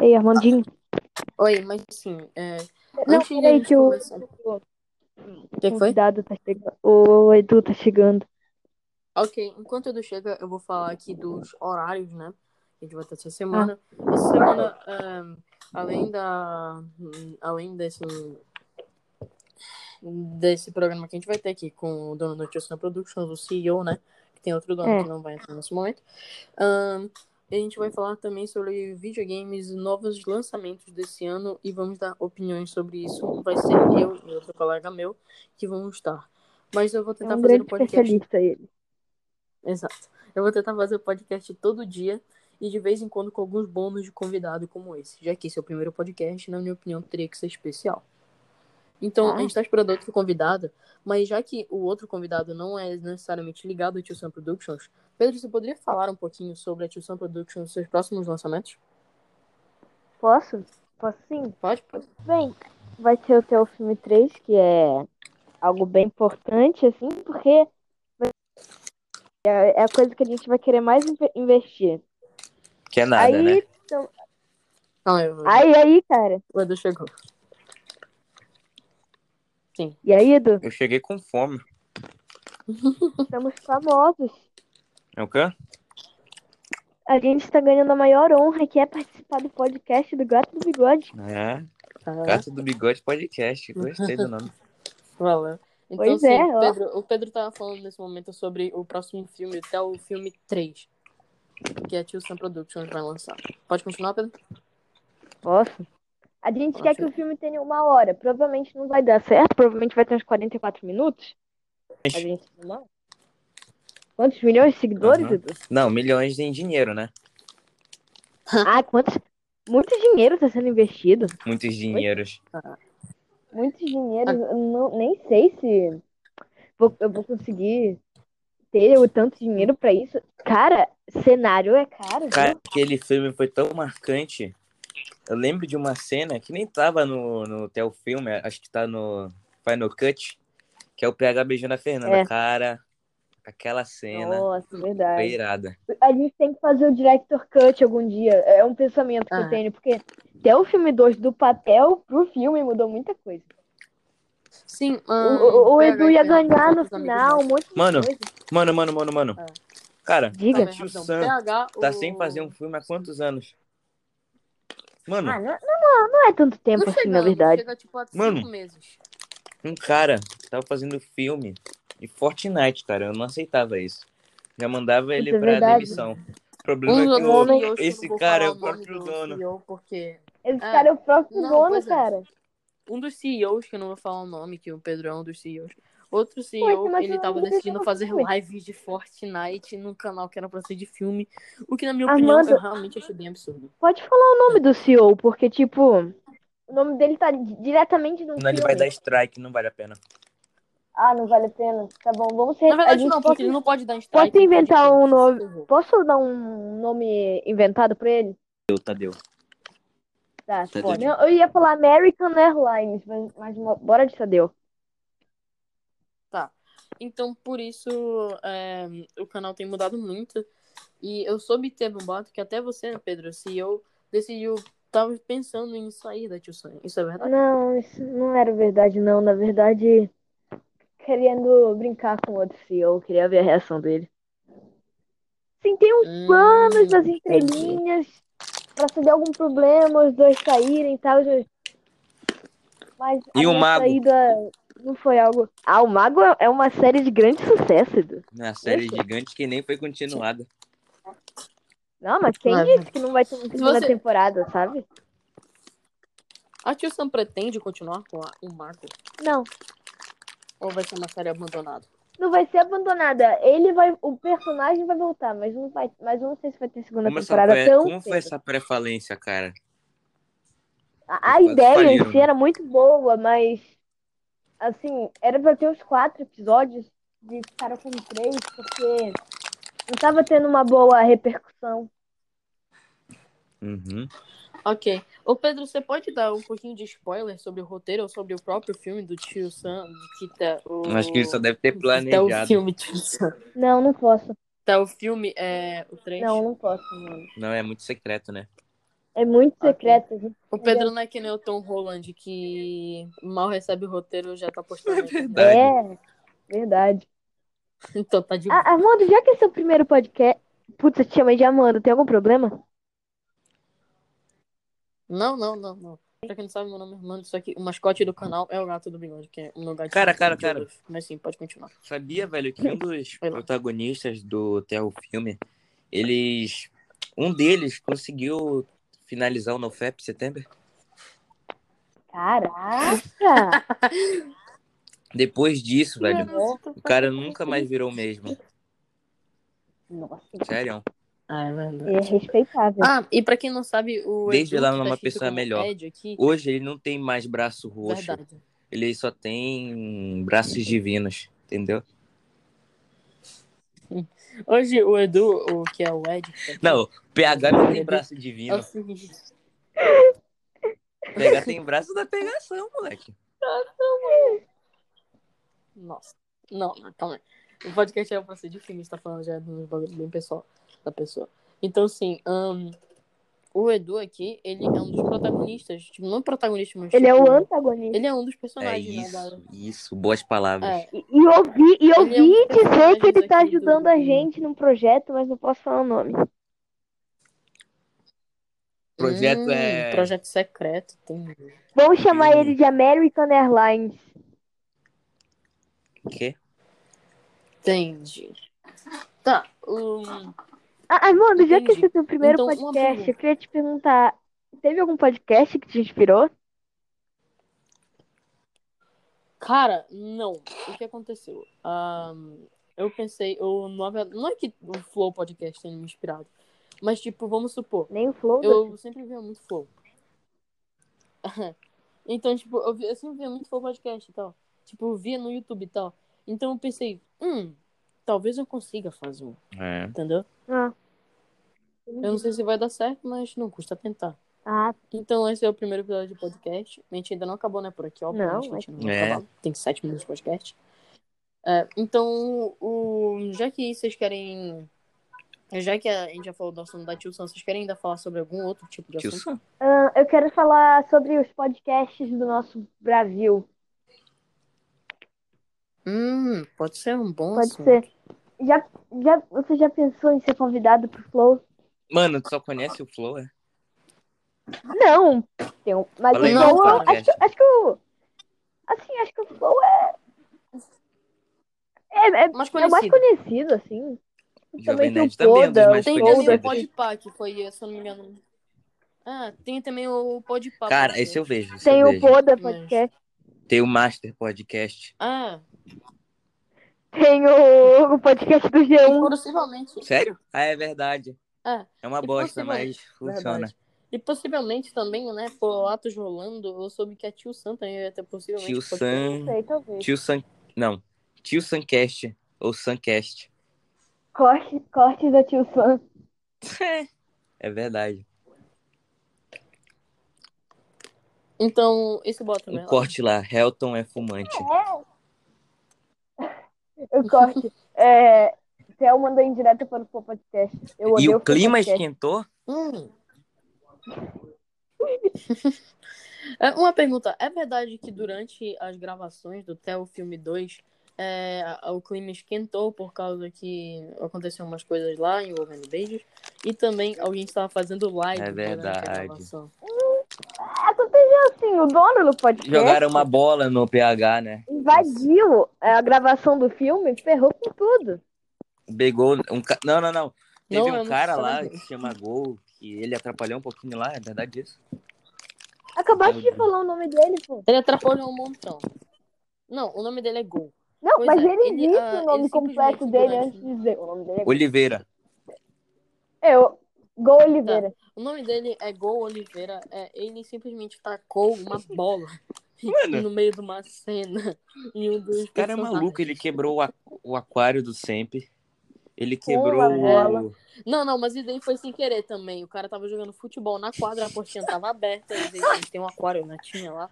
Ei, Armandinho. Oi, mas assim, é, Não, antes de a peraí gente que o começar. o O que que foi? convidado tá chegando. O Edu tá chegando. Ok, enquanto Edu chega, eu vou falar aqui dos horários, né? Que a gente vai ter essa Ah, semana. Essa semana, é, além da. Além desse, desse programa que a gente vai ter aqui com o dono da Tio Sam Productions, o CEO, né? Que tem outro dono é. que não vai entrar nesse momento. Ahn, a gente vai falar também sobre videogames, novos lançamentos desse ano e vamos dar opiniões sobre isso. Vai ser eu e outro colega meu que vamos estar. Mas eu vou É tentar um fazer o grande tá podcast. especialista ele. Exato. Eu vou tentar fazer o podcast todo dia e de vez em quando com alguns bônus de convidado como esse. Já que esse é o primeiro podcast, na minha opinião, teria que ser especial. Então, a Ah, gente tá esperando outro convidado, mas já que o outro convidado não é necessariamente ligado à Tio Sam Productions, Pedro, você poderia falar um pouquinho sobre a Tio Sam Productions e seus próximos lançamentos? posso? Posso sim? Pode, pode. Bem, vai ter até o filme 3, que é algo bem importante, assim, porque é a coisa que a gente vai querer mais inve- investir. Que é nada, né? Aí, então, Não, eu... aí, aí, cara. o Edu chegou. Sim. E aí, Edu? Eu cheguei com fome. Hum. Estamos famosos. É o quê? A gente está ganhando a maior honra, que é participar do podcast do Gato do Bigode. É. Ah, Gato do Bigode Podcast. Gostei do nome. valeu. Então, Pois sim, é, ó. Pedro, o Pedro tava falando nesse momento sobre o próximo filme, até o filme 3, que a Tio Sam Productions vai lançar. Pode continuar, Pedro? Posso? A gente quer que o Ótimo. filme tenha uma hora. Provavelmente não vai dar certo, provavelmente vai ter uns 44 minutos. A gente não. Quantos milhões de seguidores, Aham. Edu? Não, milhões em dinheiro, né? Ah, quantos. Muito dinheiro está sendo investido. Muitos Oi? dinheiros. Muito dinheiro. Ah, Eu não, nem sei se vou- eu vou conseguir ter o tanto dinheiro para isso. Cara, cenário é caro, Cara, viu? aquele filme foi tão marcante. Eu lembro de uma cena que nem tava no, no teu filme, acho que tá no Final Cut, que é o PH beijando a Fernanda. É. Cara, aquela cena Nossa, foi verdade. irada. A gente tem que fazer o director cut algum dia. É um pensamento que eu Ah, tenho, porque até o filme 2 do papel pro filme mudou muita coisa. Sim, O, ahn, o- o PH Edu e ia Fernanda são ganhar no poucos é amigos final, um nossos. monte de Mano, coisa. mano, mano, mano, mano. Ah. Cara, a Diga. Calma aí, Tio rapidão. Sam PH, tá sem fazer um o. filme há quantos anos? Mano, Ah, não, não, não é tanto Não tempo assim, chega na ano, verdade. chega tipo a cinco mano, meses. um cara tava fazendo filme de Fortnite, cara. Eu não aceitava isso. Já mandava ele Isso é pra verdade. demissão. O problema Um é que outro Um o, homem. CEO, eu não esse vou cara é falar o o nome próprio do dono. CEO, porque. Esse É, cara é o próprio não, dono, pois é. cara. Um dos CEOs, que eu não vou falar o nome, que o Pedro é um dos CEOs. Outro Poxa, CEO, mas ele o nome tava do bicho decidindo no fazer filme. lives de Fortnite num canal que era pra ser de filme. O que, na minha opinião, eu Armando, realmente achei bem absurdo. pode falar o nome do CEO, porque, tipo, o nome dele tá di- diretamente num Senão ele vai dar filme. strike, não vale a pena. Ah, não vale a pena. Tá bom, vamos Na re... A verdade, gente não, porque posso, ele não pode dar posso strike em inventar um podcast. Isso nome. que eu vou. Posso dar um nome inventado pra ele? Deu, Tadeu. Tá, Tadeu. pode. Não, Eu ia falar American Airlines, mas, mas mo- bora de Tadeu. Tá. Então, por isso, é, o canal tem mudado muito. E eu soube ter um boato que até você, né, Pedro, se eu decidiu, tava pensando em sair da Tio Sam. Isso é verdade? Não, isso não era verdade, não. Na verdade, querendo brincar com o outro CEO, queria ver a reação dele. Sim, tem uns planos Hum, das entendi. entrelinhas pra se der algum problema, os dois saírem e tal, já- mas a E o minha Mago? saída não foi algo. Ah, o Mago é é uma série de grande sucesso, Edu. Na É série Poxa. gigante que nem foi continuada. Não, mas quem Ah, disse que não vai ter uma Se segunda você... temporada, sabe? A Tio Sam pretende continuar com a- o Marco? Não, Ou vai ser uma série abandonada? não vai ser abandonada. Ele vai, o personagem vai voltar, mas não vai, mas eu não sei se vai ter segunda Como, essa temporada pré- tão como foi cedo. essa pré-falência, cara? A, a Eles quase ideia em faliram, si né? era muito boa, mas assim, era pra ter uns quatro episódios e ficaram com três, porque não tava tendo uma boa repercussão. Uhum. Ok. Ô, Pedro, você pode dar um pouquinho de spoiler sobre o roteiro ou sobre o próprio filme do Tio Sam? De que tá Eu Acho que ele só o... deve ter Então, Que tá o planejado. filme Tio Sam. Não, não posso. Tá o filme, é... O Não, 3? não posso, mano. Não, é muito secreto, né? É muito Ok. secreto. gente. O Pedro não é que nem o Tom Holland, que mal recebe o roteiro e já tá postando. verdade. É, verdade. Então tá de boa. Ah, Armando, já que esse é o primeiro podcast. Putz, eu te chamei de Amanda, tem algum problema? Não, não, não, não. Pra quem não sabe, meu nome é Armando, só que o mascote do canal é o gato do bigode, que é um lugar de Cara, cara, de cara. olhos. Mas sim, pode continuar. Sabia, velho, que um dos Foi lá. protagonistas do Terro Filme, eles. Um deles conseguiu finalizar o NoFap Setembro. Caraca! Depois disso, velho, o cara nunca mais virou o mesmo. Nossa, Sério. Ah, é verdade. é respeitável. Ah, e pra quem não sabe, o Desde Edu, lá, que tá uma escrito pessoa como melhor. Ed aqui, Hoje ele não tem mais braço roxo. verdade. Ele só tem braços divinos, entendeu? Hoje o Edu, o que é o Ed... que tá aqui, Não, PH não tem braço divino. É o seguinte, PH tem braço da pegação, moleque. Nossa. Não, não, calma aí. O podcast é pra ser de filme, você tá falando já do bagulho bem pessoal da pessoa. Então, assim, ahn, o Edu aqui, ele é um dos protagonistas. Tipo, não protagonista, mas. Ele é tipo, o antagonista. Ele é um dos É personagens, né? da- isso, isso. Boas palavras. É, E, e ouvi, e ouvi Ele é um dizer dos que ele personagens tá aqui do- ajudando a gente num projeto, mas não posso falar o nome. Projeto Hum, é- Projeto secreto. Tem... Vamos chamar Hum. ele de American Airlines. É. O quê? Entendi. Tá. hum, Ah, Armando, já que Entendi. esse é o teu primeiro Então, uma podcast, pergunta. eu queria te perguntar: teve algum podcast que te inspirou? Cara, não. O que aconteceu? Ahn, eu pensei, eu, na verdade, não é que o Flow Podcast tenha me inspirado, mas, tipo, vamos supor. Nem o Flow? Eu sempre via muito Flow. então, tipo, eu, vi- eu sempre via muito Flow podcast e tal. Tipo, eu via no YouTube e tal. Então eu pensei, hum, talvez eu consiga fazer um, É. entendeu? Ah, Eu não sei se vai dar certo, mas não custa tentar. ah, Então esse é o primeiro episódio de podcast. A gente ainda não acabou, né, por aqui, obviamente. Não, a gente não vai é. acabar. Tem sete minutos de podcast. É, então, o, já que vocês querem... Já que a gente já falou do assunto da Tio Sam, vocês querem ainda falar sobre algum outro tipo de Tio assunto? Sam. ah, eu quero falar sobre os podcasts do nosso Brasil. Hum, pode ser um bom Pode assunto. ser. Já, já, você já pensou em ser convidado pro Flow? Mano, tu só conhece o Flow, é? Não! Tem um- mas Fala aí, o Flow, fala, eu- acho, que- acho que o. Assim, acho que o Flow é. É, é, Mais é o mais conhecido. conhecido, assim. Também Jovem tem o Nerd também é um dos Poda, mais Tem Todas. também o conhecidos. Podpah, que foi, se eu não me engano. Ah, tem também o Podpah. Cara, pode esse ser. eu vejo. Esse Tem eu o vejo. Poda Mas- Podcast, Tem o Master Podcast. Ah, tem o, o podcast do e G1. possivelmente. Sério? Ah, é verdade. É. É uma E bosta, mas possivelmente, funciona. Verdade. E possivelmente também, né, por atos rolando, eu soube que a Tio Sam também ia ter possivelmente. Tio podcast. Não Sam. sei, talvez. Tio Sam. Não. Tio Samcast. Ou Samcast. Corte, cortes da Tio Sam. É verdade. Então, esse bota Um mesmo. corte lá. Helton é fumante. O corte. é, Theo mandou em direto para o Flow Podcast. Eu E odeio o Flow clima é Podcast. esquentou? Hum. É, Uma pergunta, é verdade que durante as gravações do Theo Filme 2, é, a- o clima esquentou por causa que aconteceu umas coisas lá envolvendo beijos, e também alguém estava fazendo live É durante a verdade. gravação. Aconteceu assim, o dono do podcast Jogaram uma bola no PH, né? invadiu a gravação do filme e ferrou com tudo. Pegou um ca- Não, não, não. Teve Não, eu um não cara sei. lá que chama Gol, que ele atrapalhou um pouquinho lá, é verdade isso? Acabaste de falar o nome dele, pô. Ele atrapalhou um montão. Não, o nome dele é Gol. Não, Pois mas é, ele, ele, disse ah, o nome ele completo simplesmente dele durante- antes de dizer o nome dele. Oliveira. É o Tá. Gol Oliveira. O nome dele é Gol Oliveira, é, ele simplesmente tacou uma bola Mano. no meio de uma cena. E um dos O cara é personagens- maluco, ele quebrou o a- o aquário do Semp. Ele quebrou a bola. o. Não, não, mas isso daí foi sem querer também. O cara tava jogando futebol na quadra, a portinha tava aberta, às vezes a gente tem um aquário, né? Tinha lá.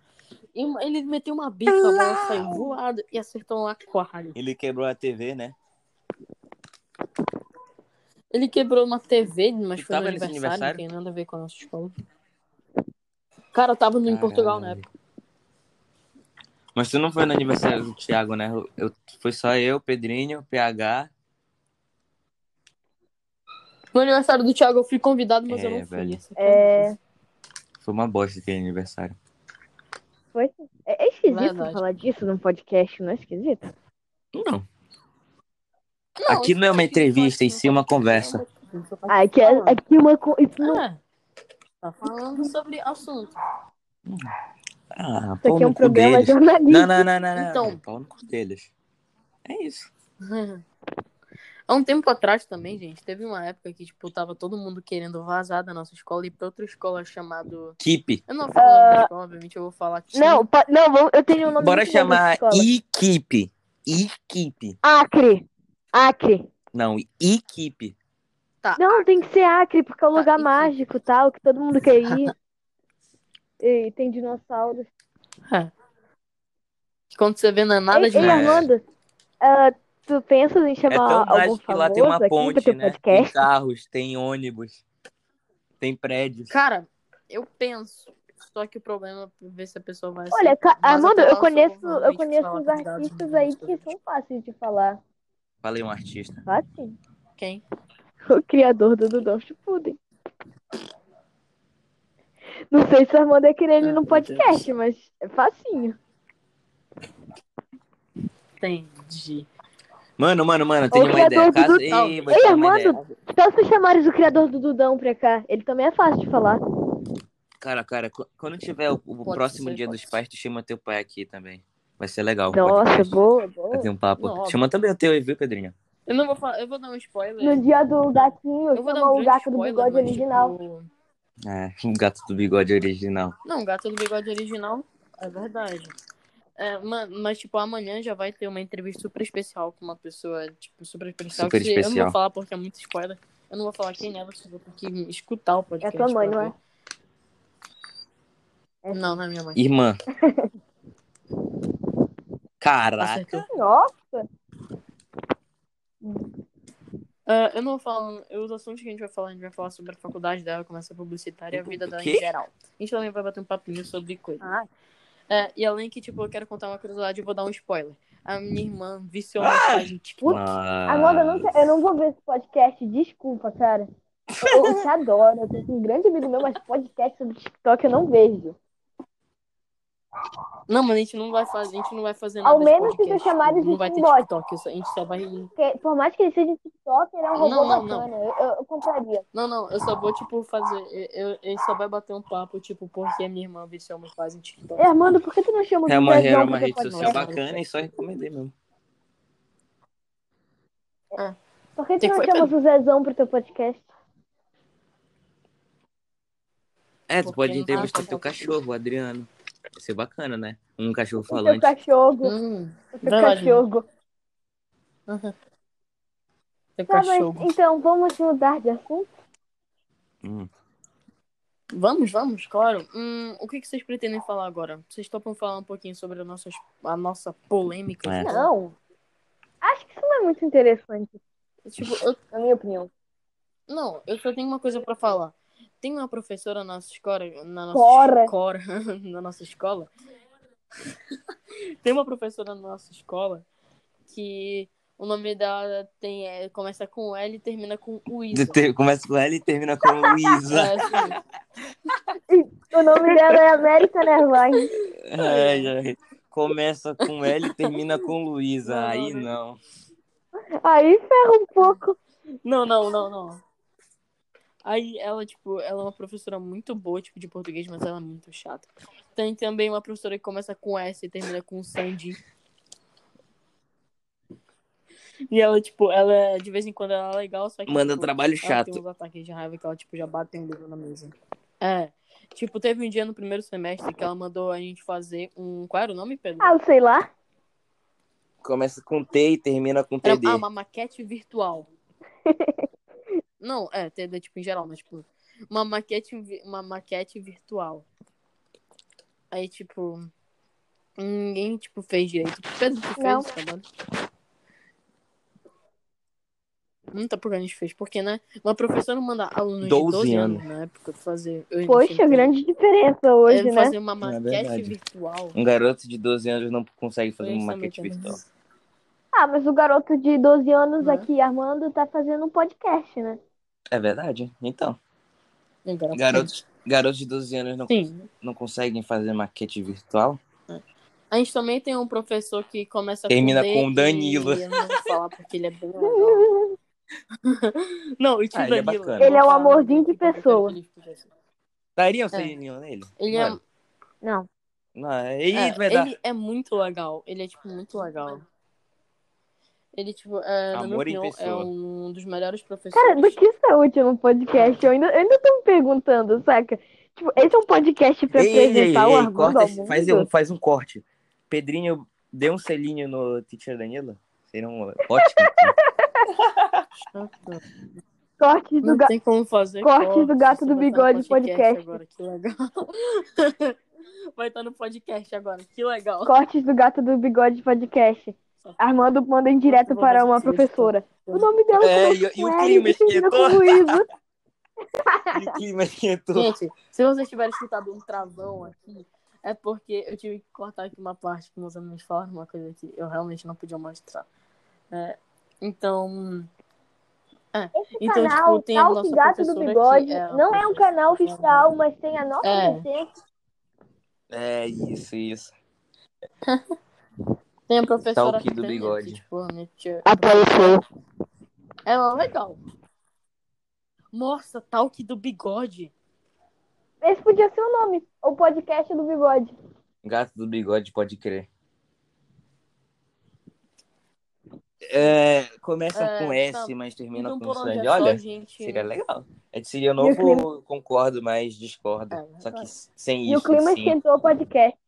E uma- ele meteu uma bica, a bola saiu voada e acertou um aquário. Ele quebrou a TV, né? Ele quebrou uma TV, mas Tu foi no tava nesse aniversário, aniversário? não tem nada a ver com a nossa escola. Cara, eu tava no, em Portugal né? na Caralho. época. Mas tu não foi no aniversário do Thiago, né? Eu, eu- foi só eu, Pedrinho, PH. No aniversário do Thiago eu fui convidado, mas eu É, não fui. velho. Essa foi a É, Foi uma bosta aquele aniversário. foi. É, é esquisito Verdade. falar disso num podcast, não é esquisito? Não. Não, Aqui não é uma entrevista, em si é uma conversa. Ah, aqui, é- aqui uma. co- Isso não- É. Tá falando sobre assunto. Ah, isso pô, aqui é um no cu programa deles. jornalístico. Não, não, não, não, não. Então. Pau no cu deles. É isso. Há um tempo atrás também, gente, teve uma época que, tipo, tava todo mundo querendo vazar da nossa escola e ir pra outra escola chamado. Equipe. Eu não vou falar o nome da escola, obviamente, eu vou falar aqui. Não, pa- não, vamos- eu tenho um nome Bora muito bom pra chamar escola. equipe. Equipe. Acre. Acre. Não, equipe. Não, tem que ser Acre, porque é um Tá, lugar enfim. mágico, tal, que todo mundo quer ir. E tem dinossauros. Quando você vê não é nada ei, de ei, demais. Armando, ah, tu pensas em chamar É tão algum mágico que lá tem famoso uma aqui pra ponte, teu né? Tem podcast? carros, tem ônibus, tem prédios. Cara, eu penso. Só que o problema é ver se a pessoa vai. Olha, ca- Mas Armando, até lá eu eu conheço, sou eu realmente conheço falar uns quantidade de artistas aí que músicas. são fáceis de falar. Falei um artista. Fácil? Quem? O criador do Dudolf Pudding. Não sei se o Armando ia querer ele Ah, no meu podcast, mas é facinho. Entendi. Mano, mano, mano, eu tenho Ô, uma ideia. criador do Caso... Dudão. Ei, vou te dar uma Armando. ideia. Só se chamares o criador do Dudão pra cá, ele também é fácil de falar. Cara, cara, qu- quando tiver o, o Pode próximo ser, dia pode dos ser. pais, tu chama teu pai aqui também. Vai ser legal. Nossa, podcast. boa, boa. Fazer um papo. Não, óbvio. Chama também o teu aí, viu, Pedrinho? Eu não vou falar, eu vou dar um spoiler. No dia do gatinho, Eu vou dar chama um o grande gato do spoiler, bigode mas, original. tipo, É, o gato do bigode original. Não, gato do bigode original, é verdade. É, ma- mas, tipo, amanhã já vai ter uma entrevista super especial com uma pessoa, tipo, super especial. Super que Eu não especial. vou falar porque é muito spoiler. Eu não vou falar quem é, vocês vão ter que escutar o podcast. É tua mãe, pra não é? ver. Não, não é minha mãe. Irmã. Caraca. Acertou. Nossa, Ah, eu não vou falar os assuntos que a gente vai falar. A gente vai falar sobre a faculdade dela, como essa publicitária e a vida dela em quê? geral. A gente também vai bater um papinho sobre coisa. Ah. É, e além que, tipo, eu quero contar uma curiosidade, eu vou dar um spoiler. A minha irmã viciou uma página, tipo, Ah, Arnaldo, eu não, sei- eu não vou ver esse podcast, desculpa, cara. Eu, eu te adoro, eu tenho um grande amigo meu, mas podcast sobre TikTok eu não vejo. Não, mas a gente não vai fazer, a gente não vai fazer nada Ao de menos se podcast, tu chamares Não de vai ter Timbó. TikTok, isso- a gente só vai... Porque, por mais que ele seja TikTok, ele é um Não, robô não, não. bacana. Eu, eu- eu compraria. Não, não, eu só vou, tipo, fazer... Eu, eu- a gente só vai bater um papo, tipo, porque a minha irmã viciou uma página em E, TikTok. Armando, por que tu não chama o É uma, Guilherme era João um uma pro teu rede social podcast? bacana e só recomendei mesmo. Por que tu Tem que não foi- chamas o Zezão pro teu podcast? É, tu Porque pode não dá entrevistar pra um teu contar. cachorro, Adriano. Vai ser bacana, né? Um cachorro Então, O teu falante. tá cachorro. Hum, O teu verdade, cachorro. tem Tá, mas é cachorro. então vamos mudar de assunto? Hum. Vamos, vamos, claro. Hum, o que, que vocês pretendem falar agora? Vocês topam falar um pouquinho sobre a nossa, a nossa polêmica? É. Não. Acho que isso não é muito interessante, Tipo, eu na minha opinião. Não, eu só tenho uma coisa pra falar. Tem uma professora na nossa escola, na nossa Cora. escola, na nossa escola. tem uma professora na nossa escola que o nome dela tem é, começa com L e termina com Uísa. Te- Começa com L e termina com Luísa. É, assim, O nome dela é American Airlines. Ai, ai. Começa com L e termina com Luísa. Não, não, Aí né? não. Aí ferra um pouco. Não, não, não, não. Aí ela, tipo, ela é uma professora muito boa, tipo, de português, mas ela é muito chata. Tem também uma professora que começa com S e termina com Sandy. E ela, tipo, ela é- de vez em quando ela é legal, só que. Manda tipo, trabalho ela tem chato. uns ataques de raiva que ela, tipo, já bate um dedo na mesa. É. Tipo, teve um dia no primeiro semestre que ela mandou a gente fazer um. Qual era o nome, Pedro? Ah, eu sei lá. Começa com T e termina com Era TD. ah, uma maquete virtual. Não, é, TD tipo em geral, mas tipo, uma maquete, vi- uma maquete virtual. Aí, tipo, ninguém, tá tipo, fez direito. Pedro, tu fez Não. esse trabalho? Muita porcaria a gente fez. tá Porque, né? Uma professora manda alunos 12 de 12 anos, anos. na época fazer. eu ainda Poxa, tinha- grande diferença é, hoje, né? Fazer uma maquete verdade. virtual. Um garoto de 12 anos não consegue fazer uma Justamente, maquete virtual. né? Ah, mas o garoto de 12 anos Né? aqui, Armando, tá fazendo um podcast, né? É verdade. Então, Um garoto. garotos, garotos de 12 anos não, Sim. não conseguem fazer maquete virtual. A gente também tem um professor que começa Termina D com Danilo. E eu não vou falar porque ele é bem legal. Não, e tio Ah, ele é Danilo. bacana. Ele é um Não, amorzinho de não, não, pessoa. ele- Daria um selinho nele? É. Ele é, Mano, Não. Não, aí é, vai dar. ele é muito legal. Ele é, tipo, muito legal. Ele, tipo, é, na minha Amor em opinião, é pessoa. um dos melhores professores. Cara, do que isso é último podcast? Eu ainda, eu ainda tô me perguntando, saca? Tipo, esse é um podcast pra Ei, ei, ei, apresentar o ei, Armando corta ao esse- mundo? faz, um, faz um corte. Pedrinho deu um selinho no teacher Danilo. Seria um ótimo. Corte do um. Não ga... tem como fazer. Cortes do cortes, Gato isso do vai estar no Bigode podcast. Agora, que legal. vai estar no podcast agora, que legal. Cortes do Gato do Bigode Podcast. Armando manda em direto Vou para fazer uma isso. professora. O nome dela É, começa e- e com o L clima termina com esquentou? Luísa. E o clima esquentou. Gente, se vocês tiverem escutado um travão aqui, é porque eu tive que cortar aqui uma parte que meus amigos falaram, uma coisa que eu realmente não podia mostrar. É, então. É, então, canal tipo, tem a Tal nossa que Gato do professora que Bigode é a não é um professora- canal oficial, mas tem a nossa É. licença. É, isso, isso. Tem a professora Tal que do Tânia, bigode. que, tipo, realmente é- Apareceu. Ela é legal. Nossa, talk do bigode. Esse podia ser o nome. O podcast do Bigode. Gato do bigode, pode crer. É, começa É, com tá. S, mas termina Então, com por onde é Sandy. só, Olha, gente. seria legal. É, E Seria o Ah, novo, concordo, mas discordo. É, Só que vai. sem E o isso, assim, clima é sim. esquentou o podcast.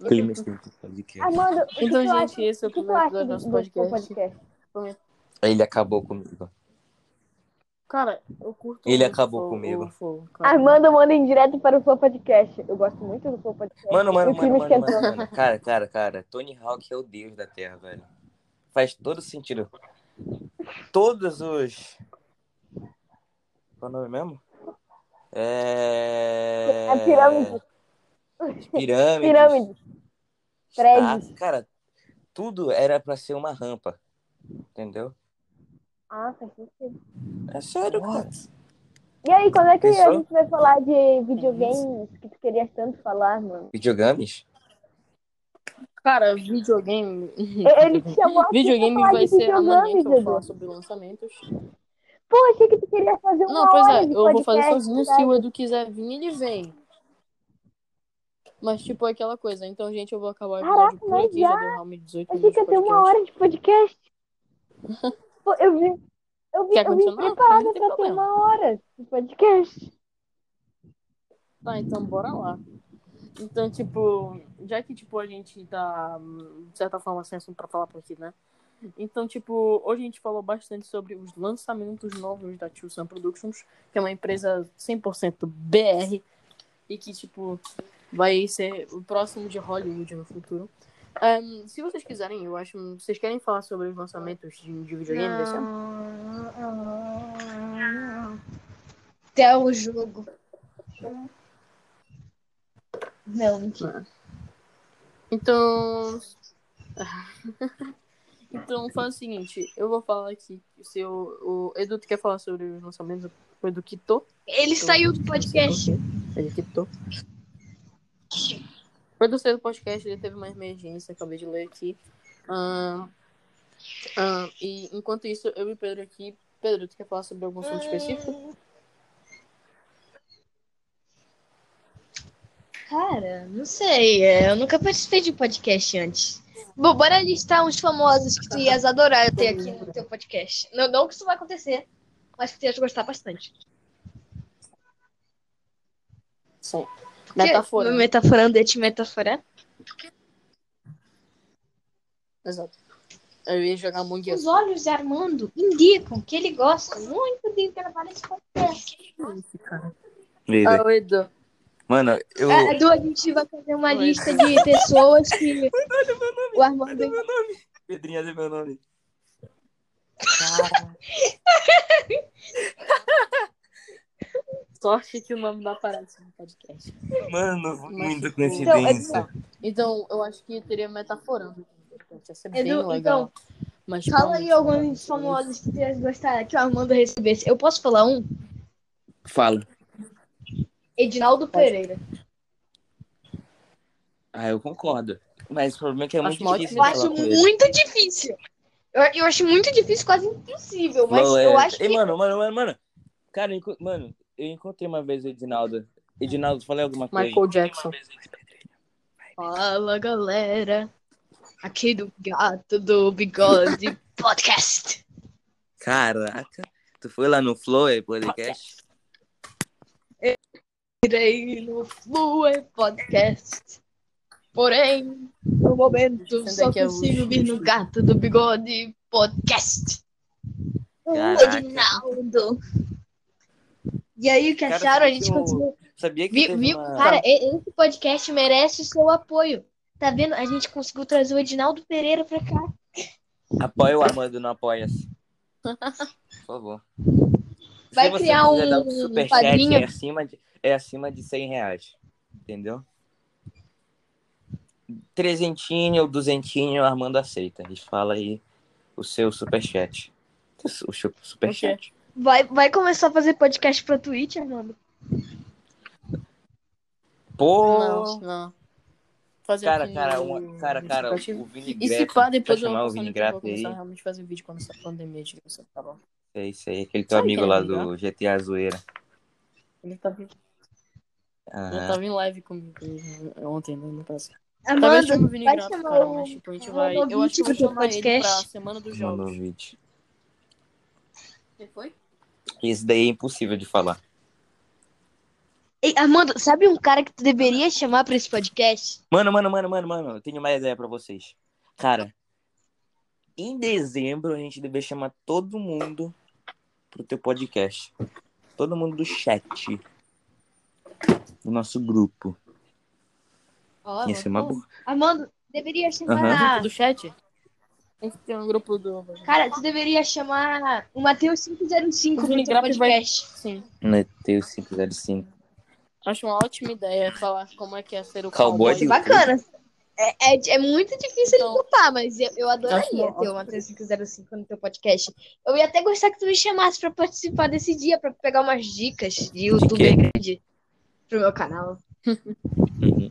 O é clima esquentou, pode crer. Armando, o que é. Então, tu gente, acha- Então, esse é o o que tu primeiro acha episódio do do nosso do podcast. podcast? Ele acabou comigo. Cara, eu curto Ele muito acabou o- comigo. o Flow, Ah, cara. Armando manda em direto para o Flow Podcast. Eu gosto muito do Flow Podcast. Mano, E mano, É, o clima mano, mano, esquentou. mano, mano. Cara, cara, cara. Tony Hawk é o deus da Terra, velho. Faz todo sentido. Todos os. Qual é o nome mesmo? É. A pirâmide. Pirâmide. Pirâmide. Prédios. Cara, tudo era pra ser uma rampa. Entendeu? Ah, faz sentido. É sério, cara. E aí, quando é que Pensou? a gente vai falar de videogames que tu querias tanto falar, mano? Videogames? Cara, videogame. Ele te chamou aqui videogame pra falar vai de ser amanhã videogames, que eu vou Edu. falar sobre lançamentos. Pô, achei que tu queria fazer uma Não, pois hora é, de eu vou fazer podcast, né? sozinho. cara. Se o Edu quiser vir, ele vem. Mas, tipo, é aquela coisa. Então, gente, eu vou acabar o episódio Caraca, por mas aqui. Já deu realmente 18 Achei que minutos. ia de ter uma podcast. hora de podcast. Pô, eu vim, eu vim, Quer eu vim continuar? Não preparada pra tem ter problema. uma hora de podcast. Tá, então bora lá. Então, tipo, já que tipo, a gente tá, hum, de certa forma, sem assunto pra falar por aqui, né? Então, tipo, hoje a gente falou bastante sobre os lançamentos novos da Tio Sam Productions, que é uma empresa 100% BR e que, tipo, vai ser o próximo de Hollywood no futuro. Ahn, se vocês quiserem, eu acho. Vocês querem falar sobre os lançamentos de, de videogame desse ano? Até o jogo. Não, mentira. Então. então faz o seguinte, eu vou falar aqui. Se o, o Edu tu quer falar sobre os lançamentos, o Edu quitou. Ele saiu do podcast. Ele quitou. O Edu saiu do podcast, ele teve uma emergência, acabei de ler aqui. Ahn, ahn, e enquanto isso, eu e o Pedro aqui. Pedro, tu quer falar sobre algum assunto específico? Cara, não sei. é, Eu nunca participei de podcast antes. Bom, bora listar uns famosos que tu ias adorar ter aqui no teu podcast. Não, não que isso vai acontecer, mas que tu ias gostar bastante. Sim. é Porque- Metáfora. né? Metaforando, eu te metaforar. Exato. Eu ia jogar Among Us. Os olhos de Armando indicam que ele gosta muito de gravar esse podcast. Ah, o Edu. Mano, eu. Ah, Edu, a gente vai fazer uma Oi. lista de pessoas que o Armando Pedrinha é meu nome. Cara. Sorte que o nome da parada é um podcast. Mano, muita Mas, tipo, coincidência. Então, eu acho que teria metaforando. Ia ser bem Edu, então, legal. Mas, tipo, Fala aí alguns famosos que vocês gostaram que o Armando recebesse. Eu posso falar um? Fala. Edinaldo Pereira. Ah, eu concordo. Mas o problema é que é Acho muito uma difícil Eu ótima falar acho com ele. muito difícil. Eu, eu acho muito difícil, quase impossível. Mas Não, é- eu acho Ei, que. mano, mano, mano, mano. Cara, eu enco- mano, eu encontrei uma vez o Edinaldo. Edinaldo, falei alguma coisa. Michael Jackson. Fala galera. Aqui do Gato do Bigode Podcast. Caraca. Tu foi lá no Flow, é, podcast? Irei no Flue Podcast. Porém, no momento, Esse só daqui é o- consigo vir no Gato do Bigode Podcast. Caraca. Edinaldo. E aí, o que Cara, acharam? A sabe gente que eu- continua. Sabia que Viu, teve viu? uma- Cara, e- esse podcast merece o seu apoio. Tá vendo? A gente conseguiu trazer o Edinaldo Pereira pra cá. Apoia o Armando, não apoia-se. Por favor. Vai Se você criar quiser um dar superchat, padrinho? É acima, de, é acima de 100 reais. Entendeu? Trezentinho ou duzentinho, o Armando aceita. E fala aí o seu superchat. O seu superchat. Vai, vai começar a fazer podcast pra Twitch, Armando? Pô! Não, não. Fazer Cara, aqui um cara, no- uma- cara, no cara, aplicativo. o Vini E se Grapp, pá, depois pra eu chamar vou o pensando Vini que eu vou Grapp aí. começar a realmente fazer vídeo quando essa pandemia de graça acabar. É isso aí, aquele teu Sabe amigo quem é lá Vini do GTA Zoeira. Ele tava, ele Ah, tava em live comigo eh, ontem, né? No caso. Tava Armando, chamando o Vini vai Grato, chamar cara, o- mas tipo, a gente o vai. Eu acho que eu vou ouvinte do chamar ele pra podcast. semana dos mandou o jogos. vídeo. Você foi? Esse daí é impossível de falar. Ei, Armando, sabe um cara que tu deveria chamar pra esse podcast? Mano, mano, mano, mano, mano, eu tenho uma ideia pra vocês. Cara, em dezembro a gente deveria chamar todo mundo pro teu podcast. Todo mundo do chat. Do nosso grupo. Ó, Ia ser é uma boa. Armando, deveria É um Grupo chamar. do chat? A gente tem Ah. um grupo do. Cara, tu deveria chamar o Matheus 505 O Vini pro teu Grapp vai- podcast. Sim. Meteu 505. Acho uma ótima ideia falar como é que é ser o Cowboy cowboy. de- Bacana. É, é, é muito difícil Então- de topar, mas eu, eu adoraria Acho bom, ter uma 3505 no teu podcast. Eu ia até gostar que tu me chamasse pra participar desse dia, pra pegar umas dicas de quê? youtuber grande pro meu canal. Uhum.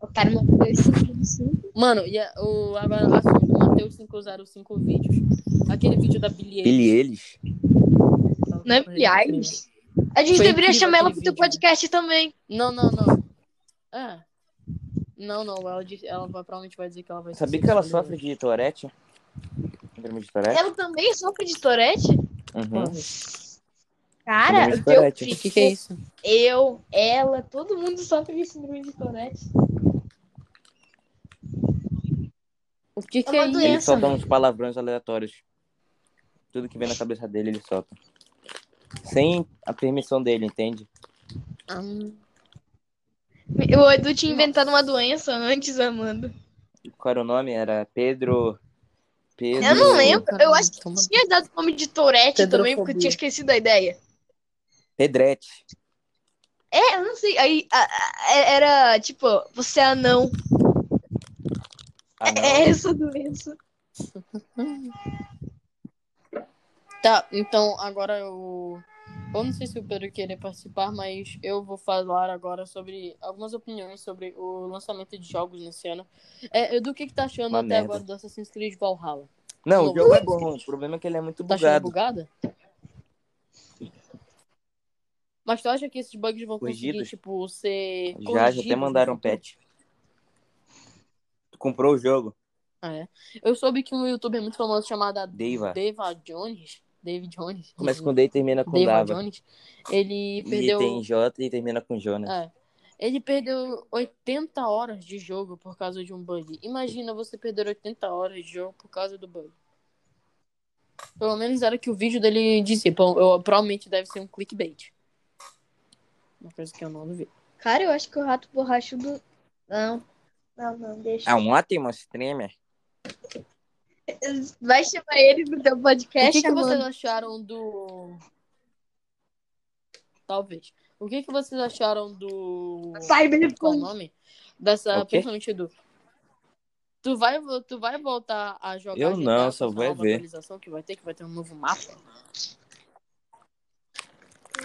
O cara assim, mandou 3505. Mano, e a- o, agora o assunto Matheus 505 vídeos. Aquele vídeo da Billie Ele Eilish. eles? Não é Bilhares? A gente Foi deveria incrível chamar ela pro aquele teu vídeo, né? podcast também. Não, não, não. É. Não, não. Ela, disse, ela vai- provavelmente vai dizer que ela vai Sabia ser que ela sofre sexualmente. de Tourette? Síndrome de É? Tourette? Ela também é sofre de Tourette? Uhum. Cara, Síndrome de o teu Tourette. O primo, que, que é isso? eu, ela, todo mundo sofre de síndrome de Tourette. O que, que É é uma isso? doença. Ele solta uns palavrões aleatórios. Tudo que vem na cabeça dele, ele solta. Sem a permissão dele, entende? Ah, O Edu tinha inventado uma doença antes, Amanda. Qual era o nome? Era Pedro. Pedro. Eu não lembro. Caramba, eu acho que toma- tinha dado o nome de Tourette também, porque Pedrofobia. eu tinha esquecido a ideia. Pedrete. É, eu não sei. Aí a- a- era tipo, você é anão. Ah, não. É essa doença. Tá, então agora eu. Eu não sei se o Pedro querer participar, mas eu vou falar agora sobre algumas opiniões sobre o lançamento de jogos nesse ano. É, Edu, o que, que tá achando Uma até merda. agora do Assassin's Creed Valhalla? Não, o Não. jogo é bom. O problema é que ele é muito Tá achando bugado. bugada? Mas tu acha que esses bugs vão conseguir, Corrigidos? tipo, ser. Já, já corrigidos até no mandaram um futuro? patch. Tu comprou o jogo? Ah, é. Eu soube que um youtuber muito famoso chamado Deiva. Deva Jones. Dave Jones. Tá. Começa com D e termina com Deva Dava. Jones. Ele E perdeu. tem J e termina com Jonas. É. Ele perdeu 80 horas de jogo por causa de um bug. Imagina você perder 80 horas de jogo por causa do bug. Pelo menos era o que o vídeo dele disse. Bom, eu, provavelmente deve ser um clickbait. Uma coisa que eu não duvido. Cara, eu acho que o rato Ah, um borrachudo. Não. Não, não, deixa. É um ótimo streamer. Vai chamar ele no teu O podcast, que, que vocês Amanda. acharam do. Talvez. O que, que vocês acharam do. Qual o Cyberpunk. nome? Dessa O quê? principalmente do. Tu vai, vo- tu vai voltar a jogar. Eu GTA não, com só essa vai nova ver. atualização que vai ter, que vai ter um novo mapa.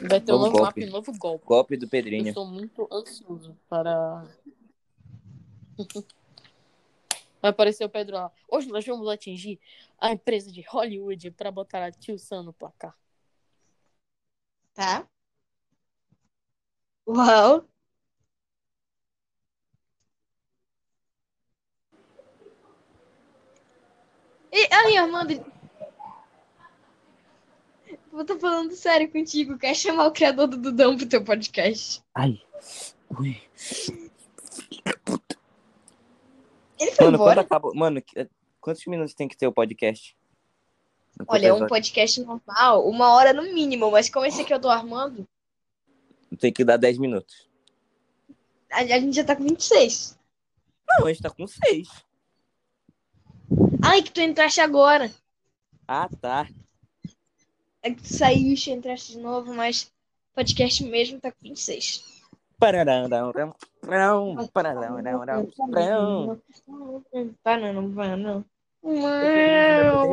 Vai ter um Novo novo golpe. mapa e um novo golpe. Golpe do Eu Pedrinho. estou muito ansioso para. Vai aparecer o Pedro lá. Hoje nós vamos atingir a empresa de Hollywood para botar a Tio Sam no placar. Tá. Uau. E aí, Armando? Eu tô falando sério contigo. Quer chamar o criador do Dudão pro teu podcast? Ai. Ui. Ele foi Mano, quando embora. acaba. Mano, que- quantos minutos tem que ter o podcast? Em quanto Olha, um episódio? podcast normal, uma hora no mínimo, mas como esse aqui eu tô armando, Tem que dar 10 minutos. a, a gente já tá com 26. Não, a gente tá com 6. Ai, que tu entraste agora. Ah, tá. É que tu saíste, entraste de novo, mas podcast mesmo tá com 26. Parararão, pararão, pararão, pararão. é. Tá, não, não, não.